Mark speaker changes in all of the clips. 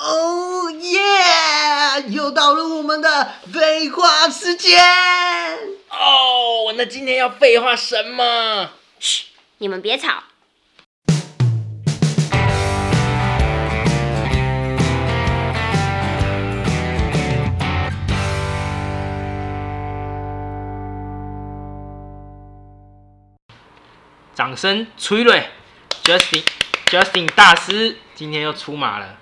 Speaker 1: Oh 又到了我们的废话时间。
Speaker 2: 哦，那今天要废话什么？
Speaker 3: 嘘，你们别吵。
Speaker 2: 掌声催泪，Justin Justin 大师今天又出马了，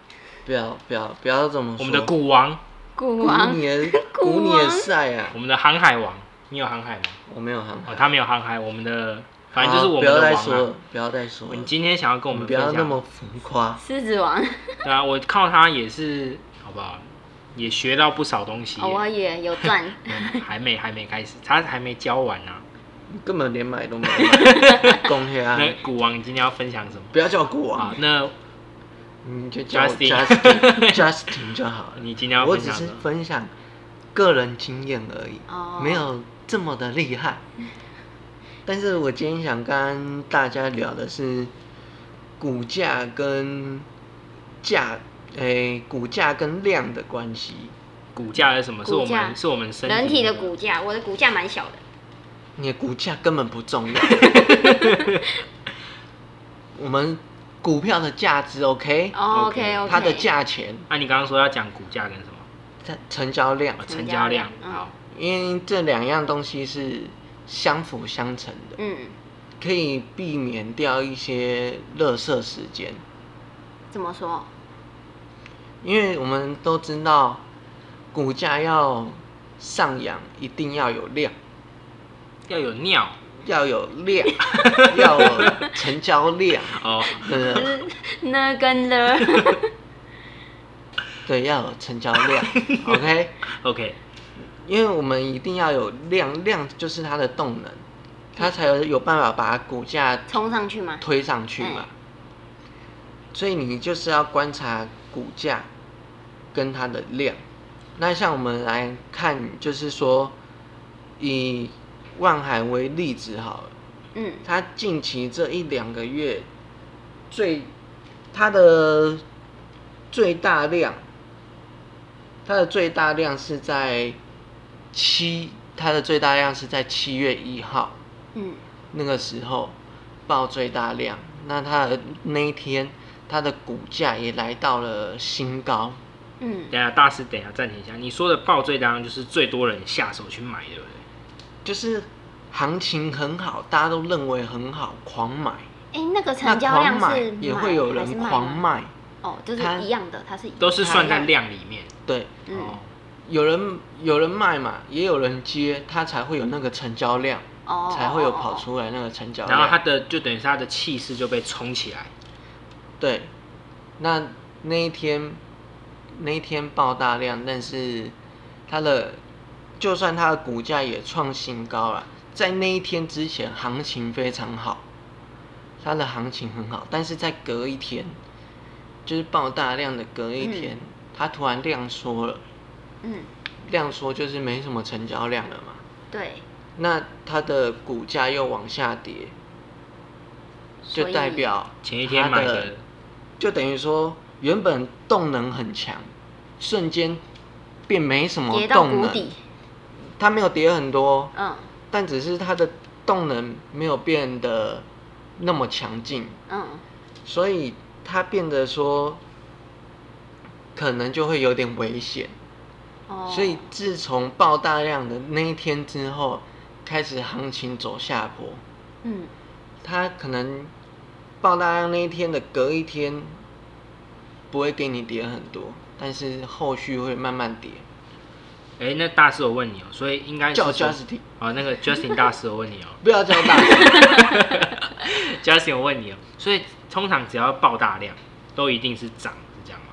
Speaker 1: 不要不要不要这么
Speaker 2: 我
Speaker 1: 说。
Speaker 2: 们的股王，
Speaker 3: 古
Speaker 1: 古
Speaker 3: 王，
Speaker 1: 年
Speaker 3: 古
Speaker 1: 古
Speaker 3: 王
Speaker 1: 年赛啊，
Speaker 2: 我们的航海王，你有航海吗？
Speaker 1: 我没有喊。
Speaker 2: 哦，他没有航海，我们的反正就是
Speaker 1: 好
Speaker 2: 我
Speaker 1: 不
Speaker 2: 们
Speaker 1: 要
Speaker 2: 的
Speaker 1: 再
Speaker 2: 王
Speaker 1: 说了
Speaker 2: 啊。，
Speaker 1: 不要再说了。
Speaker 2: 你今天想要跟我
Speaker 1: 你
Speaker 2: 们
Speaker 1: 不
Speaker 2: 分
Speaker 1: 要
Speaker 2: 享，
Speaker 1: 那么浮夸。
Speaker 3: 狮子王，
Speaker 2: 对啊，我靠他也是，好不好？也学到不少东西耶。
Speaker 3: 哦，
Speaker 1: 啊
Speaker 3: 我也有 赚。
Speaker 2: 嗯还没还没开始，他还没教完啊呢、
Speaker 1: 根本连买都没买， 恭喜啊！
Speaker 2: 那股王你今天要分享什么？
Speaker 1: 不要叫古
Speaker 2: 啊
Speaker 1: 王，，
Speaker 2: 那
Speaker 1: 你就叫我
Speaker 2: Justin
Speaker 1: Justin Justin 就好了。
Speaker 2: 你今天要
Speaker 1: 我
Speaker 2: 分
Speaker 1: 只
Speaker 2: 享什
Speaker 1: 是
Speaker 2: 么？
Speaker 1: 分享个人经验而已，
Speaker 3: 哦
Speaker 1: 没有这么的厉害。但是我今天想跟大家聊的是股价跟价，诶、股价跟量的关系。
Speaker 2: 骨架是什么？是
Speaker 3: 骨
Speaker 2: 我
Speaker 3: 架
Speaker 2: 们是我们身
Speaker 3: 人体
Speaker 2: 体
Speaker 3: 的骨架，我的骨架蛮小的。
Speaker 1: 你的股价根本不重 要。我们股票的价值 OK，、
Speaker 3: 哦
Speaker 2: OK，
Speaker 3: OK OK。
Speaker 1: 它的价钱、
Speaker 2: 那、啊你刚刚说要讲骨架跟什么？
Speaker 1: 它成交量
Speaker 2: 啊，
Speaker 3: 成
Speaker 2: 成
Speaker 3: 交
Speaker 2: 交量
Speaker 3: 量。嗯
Speaker 2: 好，
Speaker 1: 因为这两样东西是相辅相成的，
Speaker 3: 嗯，
Speaker 1: 可以避免掉一些垃圾时间。
Speaker 3: 怎么说？
Speaker 1: 因为我们都知道，股价要上扬，一定要有量，
Speaker 2: 要有尿
Speaker 1: 要有量，要有成交量，呃
Speaker 2: 哦。
Speaker 1: 对不
Speaker 3: 嗯
Speaker 1: 对？
Speaker 3: 那跟了，
Speaker 1: 对，要有成交量，OK。
Speaker 2: OK，
Speaker 1: 因为我们一定要有量，量就是它的动能，它才有有办法把股价
Speaker 3: 冲上去吗？
Speaker 1: 推上去嘛。所以你就是要观察股价跟它的量。那像我们来看，就是说以万海为例子好了，
Speaker 3: 嗯，
Speaker 1: 它近期这一两个月最它的最大量，它的最大量是在七，它的最大量是在七月一号
Speaker 3: 嗯，
Speaker 1: 那个时候报最大量，那它的那一天它的股价也来到了新高，
Speaker 3: 嗯
Speaker 2: 等，一下大师，等一下暂停一下。你说的爆最当然就是最多人下手去买，对不对？
Speaker 1: 就是行情很好，大家都认为很好，狂买，
Speaker 3: 哎，那个
Speaker 1: 那
Speaker 3: 成交
Speaker 1: 狂
Speaker 3: 量
Speaker 1: 买
Speaker 3: 是
Speaker 1: 也
Speaker 3: 买
Speaker 1: 会有
Speaker 3: 还是
Speaker 1: 人
Speaker 3: 卖吗
Speaker 1: 狂卖，
Speaker 3: 哦，就是
Speaker 1: 它
Speaker 3: 一样的，它是一样
Speaker 2: 都是算在量里面。
Speaker 1: 对。
Speaker 3: 嗯
Speaker 2: 哦，
Speaker 1: 有人有人卖嘛，也有人接，它才会有那个成交量，
Speaker 3: 哦，
Speaker 1: 才会有跑
Speaker 3: 哦。哦哦
Speaker 1: 出来那个成交量。
Speaker 2: 然后他的就等于是他的气势就被冲起来。
Speaker 1: 对，那那一天那一天爆大量，但是它的就算它的股价也创新高了，在那一天之前行情非常好，它的行情很好，但是在隔一天，就是爆大量的隔一天，它突然量缩了，
Speaker 3: 嗯，
Speaker 1: 量缩就是没什么成交量了嘛。
Speaker 3: 对，
Speaker 1: 那它的股价又往下跌，
Speaker 3: 所
Speaker 1: 就
Speaker 3: 以
Speaker 1: 代表
Speaker 2: 前一天买
Speaker 1: 它
Speaker 2: 的，
Speaker 1: 就等于说原本动能很强，瞬间变没什么
Speaker 3: 跌到
Speaker 1: 动
Speaker 3: 谷
Speaker 1: 能
Speaker 3: 底。，
Speaker 1: 它没有跌很多，
Speaker 3: 嗯
Speaker 1: 但只是它的动能没有变得那么强劲，
Speaker 3: 嗯，
Speaker 1: 所以它变得说可能就会有点危险。
Speaker 3: 哦，
Speaker 1: 所以自从爆大量的那一天之后，开始行情走下坡。
Speaker 3: 嗯，
Speaker 1: 他可能爆大量那一天的隔一天不会给你跌很多，但是后续会慢慢跌。
Speaker 2: 哎，那大师我问你哦，所以应该是
Speaker 1: 叫
Speaker 2: 说
Speaker 1: Justin，
Speaker 2: 哦，那个 Justin 大师我问 你哦
Speaker 1: 不要叫大 师，
Speaker 2: ，Justin 我问你哦，所以通常只要爆大量，都一定是涨，是这样吗？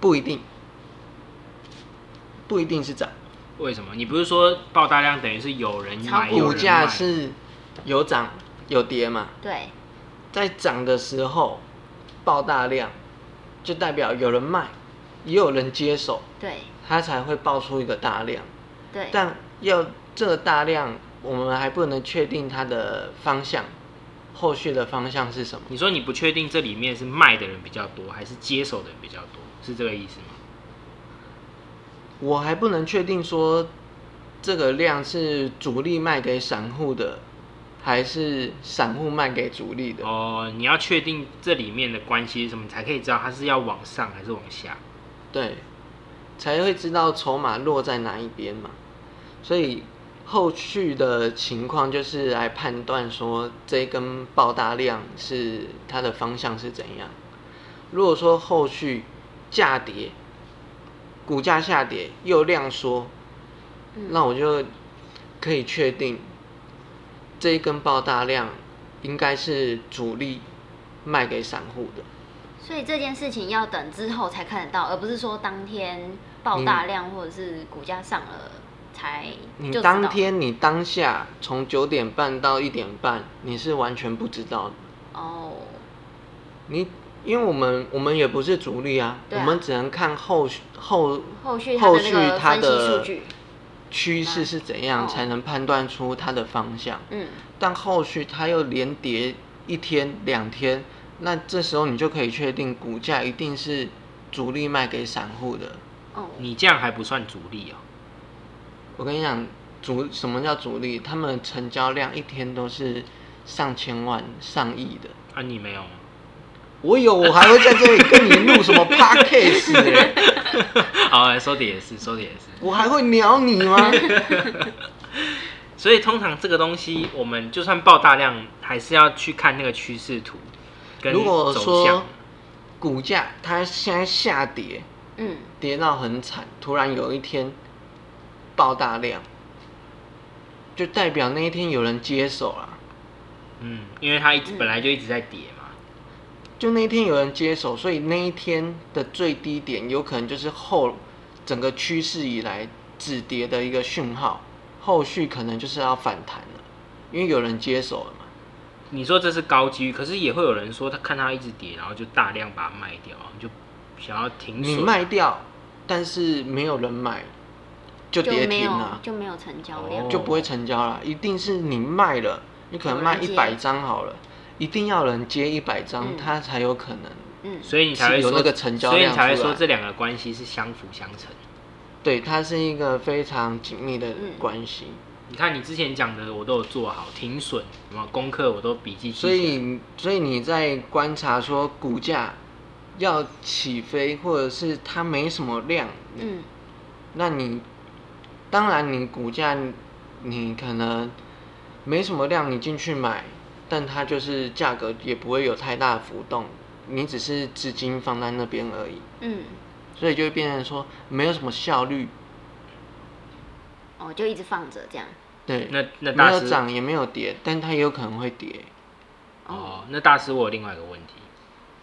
Speaker 1: 不一定，不一定是涨，
Speaker 2: 为什么？你不是说爆大量等于是有人
Speaker 3: 炒
Speaker 2: 买，
Speaker 3: 股
Speaker 2: 有
Speaker 1: 股
Speaker 2: 人
Speaker 1: 价
Speaker 2: 卖
Speaker 1: 是有涨有跌嘛，
Speaker 3: 对，
Speaker 1: 在涨的时候爆大量，就代表有人卖，也有人接手，
Speaker 3: 对，
Speaker 1: 它才会爆出一个大量。
Speaker 3: 对，
Speaker 1: 但要这个大量，我们还不能确定它的方向，后续的方向是什么？
Speaker 2: 你说你不确定这里面是卖的人比较多，还是接手的人比较多，是这个意思吗？
Speaker 1: 我还不能确定说这个量是主力卖给散户的，还是散户卖给主力的。
Speaker 2: 哦，你要确定这里面的关系是什么，你才可以知道它是要往上还是往下。
Speaker 1: 对，才会知道筹码落在哪一边嘛。所以后续的情况就是来判断说这一根爆大量是它的方向是怎样。如果说后续价跌，股价下跌又量缩，
Speaker 3: 嗯
Speaker 1: 那我就可以确定这一根爆大量应该是主力卖给散户的。
Speaker 3: 所以这件事情要等之后才看得到，而不是说当天爆大量或者是股价上了才就
Speaker 1: 你
Speaker 3: 知道
Speaker 1: 当天你当下从九点半到一点半，你是完全不知道的。
Speaker 3: 哦，
Speaker 1: 你因为我们我们也不是主力啊，
Speaker 3: 对啊
Speaker 1: 我们只能看后续后
Speaker 3: 后续它的
Speaker 1: 后
Speaker 3: 那
Speaker 1: 续
Speaker 3: 个
Speaker 1: 它
Speaker 3: 分析数
Speaker 1: 的
Speaker 3: 据，
Speaker 1: 趋势是怎样，
Speaker 3: 哦
Speaker 1: 才能判断出它的方向。
Speaker 3: 嗯，
Speaker 1: 但后续它又连跌一天两天，那这时候你就可以确定股价一定是主力卖给散户的。
Speaker 3: 哦，
Speaker 2: 你这样还不算主力哦。
Speaker 1: 我跟你讲，主什么叫主力？他们成交量一天都是上千万、上亿的。
Speaker 2: 啊，你没有 吗？
Speaker 1: 我有，我还会在这里跟你录什么 podcast 欸
Speaker 2: 好，哎说的也是，说的也是。
Speaker 1: 我还会鸟你吗？
Speaker 2: 所以通常这个东西，我们就算爆大量，还是要去看那个趋势图跟
Speaker 1: 如果
Speaker 2: 走
Speaker 1: 说
Speaker 2: 向。
Speaker 1: 股价它现在下跌，
Speaker 3: 嗯，
Speaker 1: 跌到很惨，突然有一天爆大量，就代表那一天有人接手啦。
Speaker 2: 嗯，因为它一直
Speaker 3: 嗯
Speaker 2: 本来就一直在跌嘛。
Speaker 1: 就那一天有人接手，所以那一天的最低点有可能就是后整个趋势以来止跌的一个讯号，后续可能就是要反弹了，因为有人接手了嘛。
Speaker 2: 你说这是高机遇，可是也会有人说他看它一直跌，然后就大量把它卖掉，就想要停损。啊
Speaker 1: 你
Speaker 3: 嗯
Speaker 1: 卖掉，但是没有人买，就
Speaker 3: 就
Speaker 1: 跌
Speaker 3: 没有
Speaker 1: 停了，
Speaker 3: 就没有成交量，
Speaker 2: 哦
Speaker 1: 就不会成交了。一定是你卖了，你可能卖
Speaker 3: 有
Speaker 1: 一
Speaker 3: 人接
Speaker 1: 百张好了，一定要有人接一百张，
Speaker 3: 嗯
Speaker 1: 它才有可能。
Speaker 3: 嗯，
Speaker 2: 所以你才会说
Speaker 1: 是有那个成交
Speaker 2: 所以
Speaker 1: 量
Speaker 2: 你才会
Speaker 1: 出
Speaker 2: 说
Speaker 1: 来
Speaker 2: 这两个关系是相辅相成。
Speaker 1: 对，它是一个非常紧密的
Speaker 3: 嗯
Speaker 1: 关系。
Speaker 2: 你看你之前讲的我都有做好，停损，什么功课我都笔
Speaker 3: 嗯
Speaker 2: 记记起
Speaker 1: 所
Speaker 2: 来。
Speaker 1: 以，所以你在观察说股价要起飞，或者是它没什么量，
Speaker 3: 嗯，
Speaker 1: 那你当然你股价你可能没什么量，你进去买，但它就是价格也不会有太大的浮动，你只是资金放在那边而已，
Speaker 3: 嗯，
Speaker 1: 所以就会变成说没有什么效率，
Speaker 3: 哦，就一直放着这样，
Speaker 1: 对，
Speaker 2: 那那
Speaker 1: 没
Speaker 2: 大
Speaker 1: 有
Speaker 2: 师
Speaker 1: 涨也没有跌，但它也有可能会跌。
Speaker 2: 哦，那大师我有另外一个问题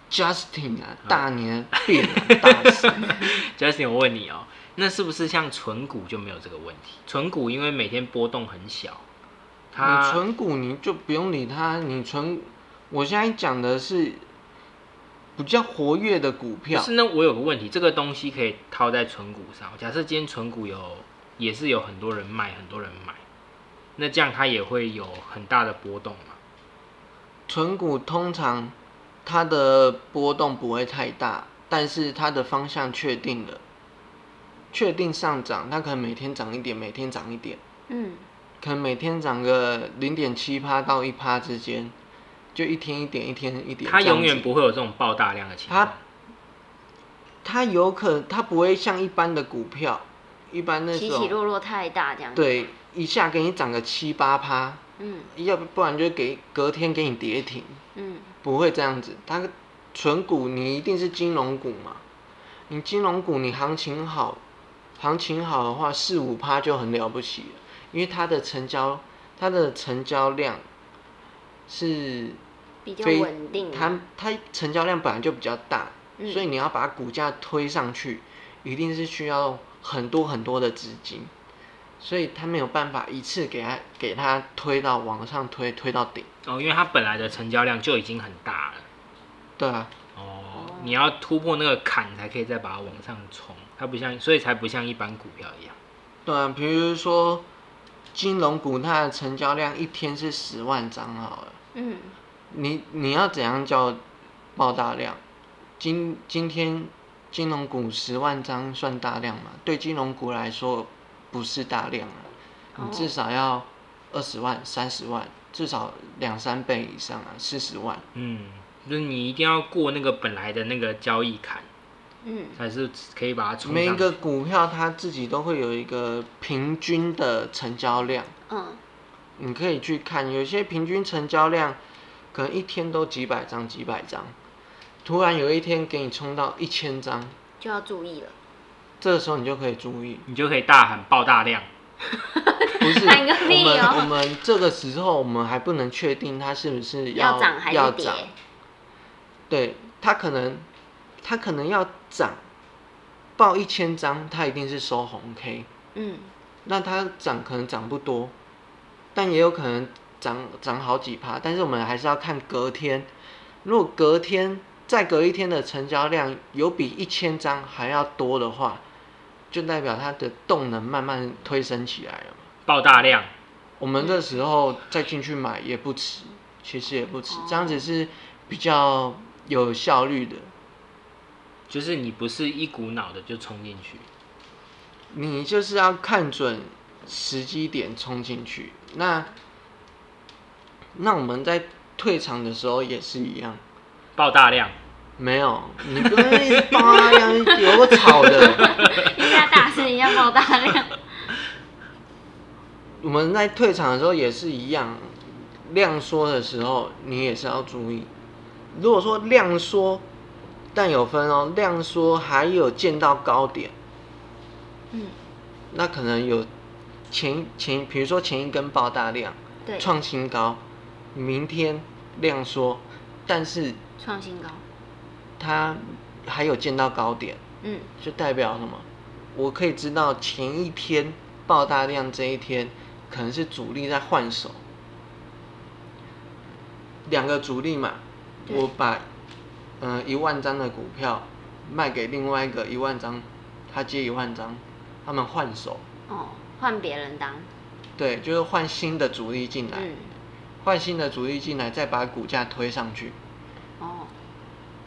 Speaker 1: Justin 啊，大年变啊，大 师。
Speaker 2: ，Justin，我问你哦，那是不是像纯股就没有这个问题？纯股因为每天波动很小，它
Speaker 1: 你存股你就不用理它，你存，我现在讲的是比较活跃的股
Speaker 2: 不
Speaker 1: 票，
Speaker 2: 是那我有个问题，这个东西可以套在纯股上。假设今天纯股有也是有很多人卖，很多人买，那这样它也会有很大的波动嘛？
Speaker 1: 存股通常它的波动不会太大，但是它的方向确定了，确定上涨，它可能每天涨一点，每天涨一点，
Speaker 3: 嗯，
Speaker 1: 可能每天涨个零点七趴到一趴之间，就一天一点，一天一点这样子。
Speaker 2: 它永远不会有这种爆大量的情况
Speaker 1: 它。它有可，它不会像一般的股票，一般那种
Speaker 3: 起起落落太大这样，，
Speaker 1: 对，一下给你涨个七八趴，
Speaker 3: 嗯
Speaker 1: 要不不然就给隔天给你跌停，
Speaker 3: 嗯
Speaker 1: 不会这样子。它纯股你一定是金融股嘛，你金融股你行情好，行情好的话四五趴就很了不起了，因为它的成交它的成交量是
Speaker 3: 比较
Speaker 1: 非
Speaker 3: 稳定，
Speaker 1: 它它成交量本来就比较大，
Speaker 3: 嗯
Speaker 1: 所以你要把股价推上去，一定是需要很多很多的资金，所以它没有办法一次给它给它推到往上推推到顶。
Speaker 2: 哦，因为它本来的成交量就已经很大了。
Speaker 1: 对啊，
Speaker 2: 哦
Speaker 3: 哦，
Speaker 2: 你要突破那个坎才可以再把它往上冲，它不像，所以才不像一般股票一样。
Speaker 1: 对啊，比如说金融股，它的成交量一天是十万张好了，
Speaker 3: 嗯
Speaker 1: 你你要怎样叫爆大量？今今天金融股十万张算大量吗？对金融股来说不是大量啊，你
Speaker 3: 哦
Speaker 1: 至少要二十万、三十万，至少两三倍以上啊，四十万。
Speaker 2: 嗯，就是你一定要过那个本来的那个交易坎，
Speaker 3: 嗯，
Speaker 2: 才是可以把它冲
Speaker 1: 每一
Speaker 2: 上
Speaker 1: 个
Speaker 2: 去。
Speaker 1: 股票它自己都会有一个平均的成交量，
Speaker 3: 嗯，
Speaker 1: 你可以去看，有些平均成交量可能一天都几百张、几百张，突然有一天给你冲到一千张，
Speaker 3: 就要注意了。
Speaker 1: 这个时候你就可以注 意，
Speaker 2: 你就可以大喊爆大量，
Speaker 1: 不是
Speaker 3: 喊个
Speaker 1: 我
Speaker 3: 屁
Speaker 1: 们
Speaker 3: 哦
Speaker 1: 我们这个时候我们还不能确定它是不是要
Speaker 3: 要涨还
Speaker 1: 要
Speaker 3: 是
Speaker 1: 涨
Speaker 3: 跌？
Speaker 1: 对，它可能它可能要涨，报一千张它一定是收红 K，
Speaker 3: 嗯，
Speaker 1: 那它涨可能涨不多，但也有可能涨涨好几趴，但是我们还是要看隔天，如果隔天再隔一天的成交量有比一千张还要多的话，就代表它的动能慢慢推升起来了嘛。
Speaker 2: 爆大量，
Speaker 1: 我们这时候再进去买也不迟，其实也不迟
Speaker 3: 哦，
Speaker 1: 这样子是比较有效率的。
Speaker 2: 就是你不是一股脑的就冲进去。
Speaker 1: 你就是要看准时机点冲进去。那那我们在退场的时候也是一样，
Speaker 2: 爆大量，
Speaker 1: 没有，你不能一直爆啊，要有个吵的。
Speaker 3: 一下大声，一下爆大量。
Speaker 1: 我们在退场的时候也是一样，量缩的时候你也是要注意。如果说量缩，但有分哦，量缩还有见到高点，
Speaker 3: 嗯，
Speaker 1: 那可能有前前，比如说前一根爆大量。
Speaker 3: 对，
Speaker 1: 创新高，明天量缩，但是
Speaker 3: 创新高。
Speaker 1: 它还有见到高点，
Speaker 3: 嗯
Speaker 1: 就代表什么？我可以知道前一天爆大量这一天，可能是主力在换手，两个主力嘛，
Speaker 3: 对
Speaker 1: 我把嗯一、万张的股票卖给另外一个一万张，他接一万张，他们换手，
Speaker 3: 哦，换别人当。
Speaker 1: 对，就是换新的主力进来，
Speaker 3: 嗯，
Speaker 1: 换新的主力进来，再把股价推上去。
Speaker 3: 哦，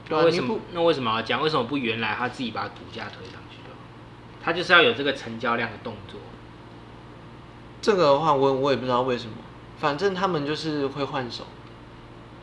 Speaker 1: 对、
Speaker 2: 那
Speaker 1: 啊，
Speaker 2: 为
Speaker 1: 你
Speaker 2: 什么
Speaker 1: 不？
Speaker 2: 那为什么要这样？为什么不原来他自己把股价推上去的？他就是要有这个成交量的动作。
Speaker 1: 这个的话我，我也不知道为什么，反正他们就是会换手，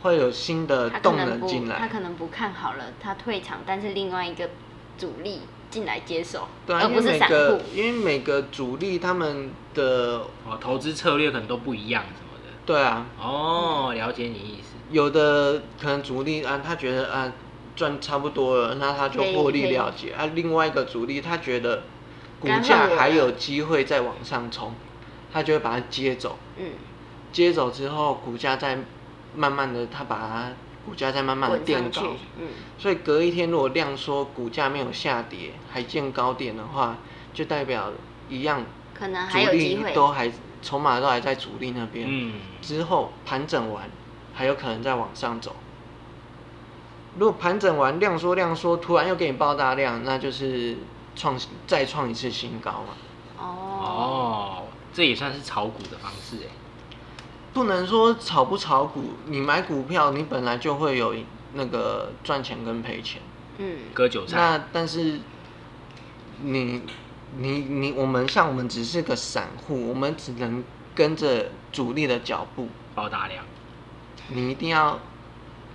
Speaker 1: 会有新的
Speaker 3: 他可
Speaker 1: 呃动
Speaker 3: 能
Speaker 1: 能
Speaker 3: 不，
Speaker 1: 进
Speaker 3: 他
Speaker 1: 来。
Speaker 3: 可能不看好了，他退场，但是另外一个主力进来接手，
Speaker 1: 对啊，
Speaker 3: 而
Speaker 1: 因为
Speaker 3: 呃不是
Speaker 1: 每
Speaker 3: 散户
Speaker 1: 个。因为每个主力他们的
Speaker 2: 哦，投资策略可能都不一样什么的。
Speaker 1: 对啊，
Speaker 2: 哦，了解你意思。
Speaker 1: 有的可能主力啊，他觉得啊赚差不多了，那他就
Speaker 3: 可以
Speaker 1: 获利
Speaker 3: 可以
Speaker 1: 了结啊。另外一个主力他觉得股
Speaker 3: 该换
Speaker 1: 价
Speaker 3: 我
Speaker 1: 还
Speaker 3: 了
Speaker 1: 有机会再往上冲，他就会把它接走。
Speaker 3: 嗯，
Speaker 1: 接走之后，股价再慢慢的，他把它股价再慢慢的
Speaker 3: 滚
Speaker 1: 垫
Speaker 3: 上
Speaker 1: 高
Speaker 3: 去。。嗯，
Speaker 1: 所以隔一天如果量缩，股价没有下跌，还见高点的话，就代表一样，
Speaker 3: 可能啊还
Speaker 1: 主
Speaker 3: 有机
Speaker 1: 力
Speaker 3: 会。
Speaker 1: 都还筹码都还在主力那边。
Speaker 2: 嗯，
Speaker 1: 之后盘整完，还有可能再往上走。如果盘整完量缩量缩，突然又给你爆大量，那就是创再创一次新高嘛。
Speaker 3: 哦，
Speaker 2: 哦，这也算是炒股的方式哎。
Speaker 1: 不能说炒不炒股，你买股票你本来就会有那个赚钱跟赔钱。
Speaker 3: 嗯，
Speaker 2: 割韭菜，
Speaker 1: 那但是你你你，我们像我们只是个散户，我们只能跟着主力的脚步。
Speaker 2: 爆大量。
Speaker 1: 你一定要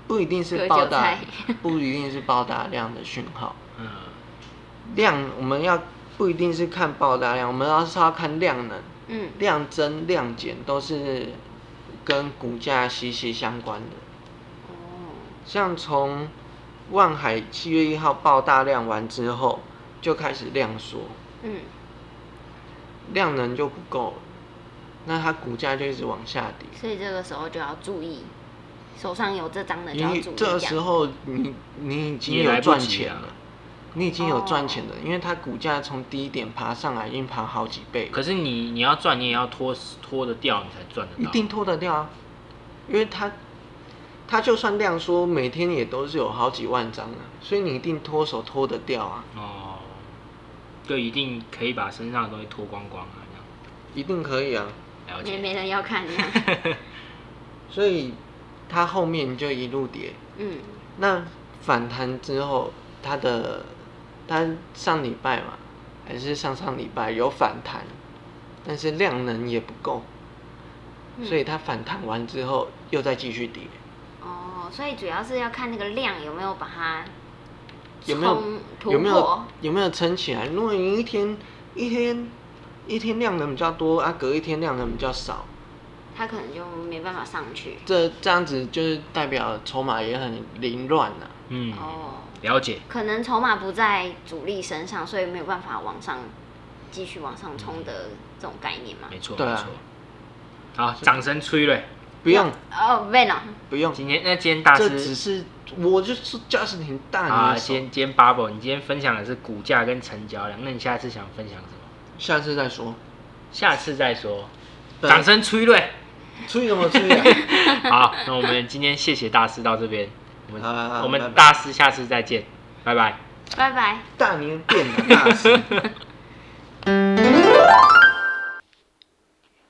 Speaker 1: 不一定是
Speaker 3: 割
Speaker 1: 爆
Speaker 3: 韭
Speaker 1: 大
Speaker 3: 菜，
Speaker 1: 不一定是爆大量的讯号
Speaker 2: 嗯，
Speaker 1: 量，我们要不一定是看爆大量，我们要是要看量能、
Speaker 3: 嗯，
Speaker 1: 量增、量减都是跟股价息息相关的。
Speaker 3: 哦，
Speaker 1: 像从万海七月一号爆大量完之后，就开始量缩，
Speaker 3: 嗯，
Speaker 1: 量能就不够了，那它股价就一直往下跌。
Speaker 3: 所以这个时候就要注意，手上有这张的就要
Speaker 1: 你
Speaker 3: 注意。
Speaker 1: 这个
Speaker 3: 样
Speaker 1: 时候你你已经
Speaker 2: 也来
Speaker 1: 有
Speaker 2: 不
Speaker 1: 赚
Speaker 2: 及
Speaker 1: 钱
Speaker 2: 了
Speaker 1: 了，你已经有赚钱了，因为它股价从低点爬上来，已经爬好几倍了，
Speaker 2: 可是你你要赚，你也要拖拖得掉，你才赚得
Speaker 1: 一
Speaker 2: 到。
Speaker 1: 定拖得掉啊，因为它它就算量缩，每天也都是有好几万张啊，所以你一定脱手脱得掉啊，
Speaker 2: 哦，就一定可以把身上的东西脱光光啊，
Speaker 1: 一定可以啊，
Speaker 2: 这样了
Speaker 3: 没
Speaker 2: 解。
Speaker 3: 没人要看这样。
Speaker 1: 所以它后面就一路跌，
Speaker 3: 嗯，
Speaker 1: 那反弹之后它的它上礼拜嘛，还是上上礼拜有反弹，但是量能也不够，
Speaker 3: 嗯
Speaker 1: 所以它反弹完之后又再继续跌，
Speaker 3: 哦，所以主要是要看那个量有没有把它
Speaker 1: 有没有
Speaker 3: 冲突破，
Speaker 1: 有没有有没有撑起来？如果你一天一天一天量能比较多，啊，隔一天量能比较少，
Speaker 3: 它可能就没办法上去。
Speaker 1: 这这样子就是代表筹码也很凌乱啊了、
Speaker 2: 嗯，
Speaker 3: 哦，
Speaker 2: 了解。
Speaker 3: 可能筹码不在主力身上，所以没有办法往上继续往上冲的这种概念嘛。
Speaker 2: 没错，没
Speaker 1: 对啊
Speaker 2: 错。好，掌声吹了。
Speaker 1: 不用
Speaker 3: 哦，Van 哦，
Speaker 1: 不用，
Speaker 2: 今天那今天大
Speaker 1: 这
Speaker 2: 师
Speaker 1: 只是我就是叫是挺大
Speaker 2: 啊，
Speaker 1: 你的手
Speaker 2: 今天今天 bubble，你今天分享的是股价跟成交量，那你下次想分享什么？
Speaker 1: 下次再说。
Speaker 2: 下次再说。
Speaker 1: 对
Speaker 2: 掌声吹了。
Speaker 1: 吹什么吹啊？
Speaker 2: 好，那我们今天谢谢大师到这边，我
Speaker 1: 好好
Speaker 2: 们
Speaker 1: 好
Speaker 2: 我
Speaker 1: 拜
Speaker 2: 们
Speaker 1: 拜
Speaker 2: 大师下次再见，拜拜。
Speaker 3: 拜拜。
Speaker 1: 大年变的大事。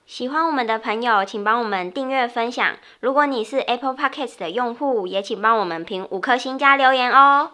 Speaker 3: 喜欢我们的朋友，请帮我们订阅分享。如果你是 Apple Podcast 的用户，也请帮我们评五颗星加留言哦。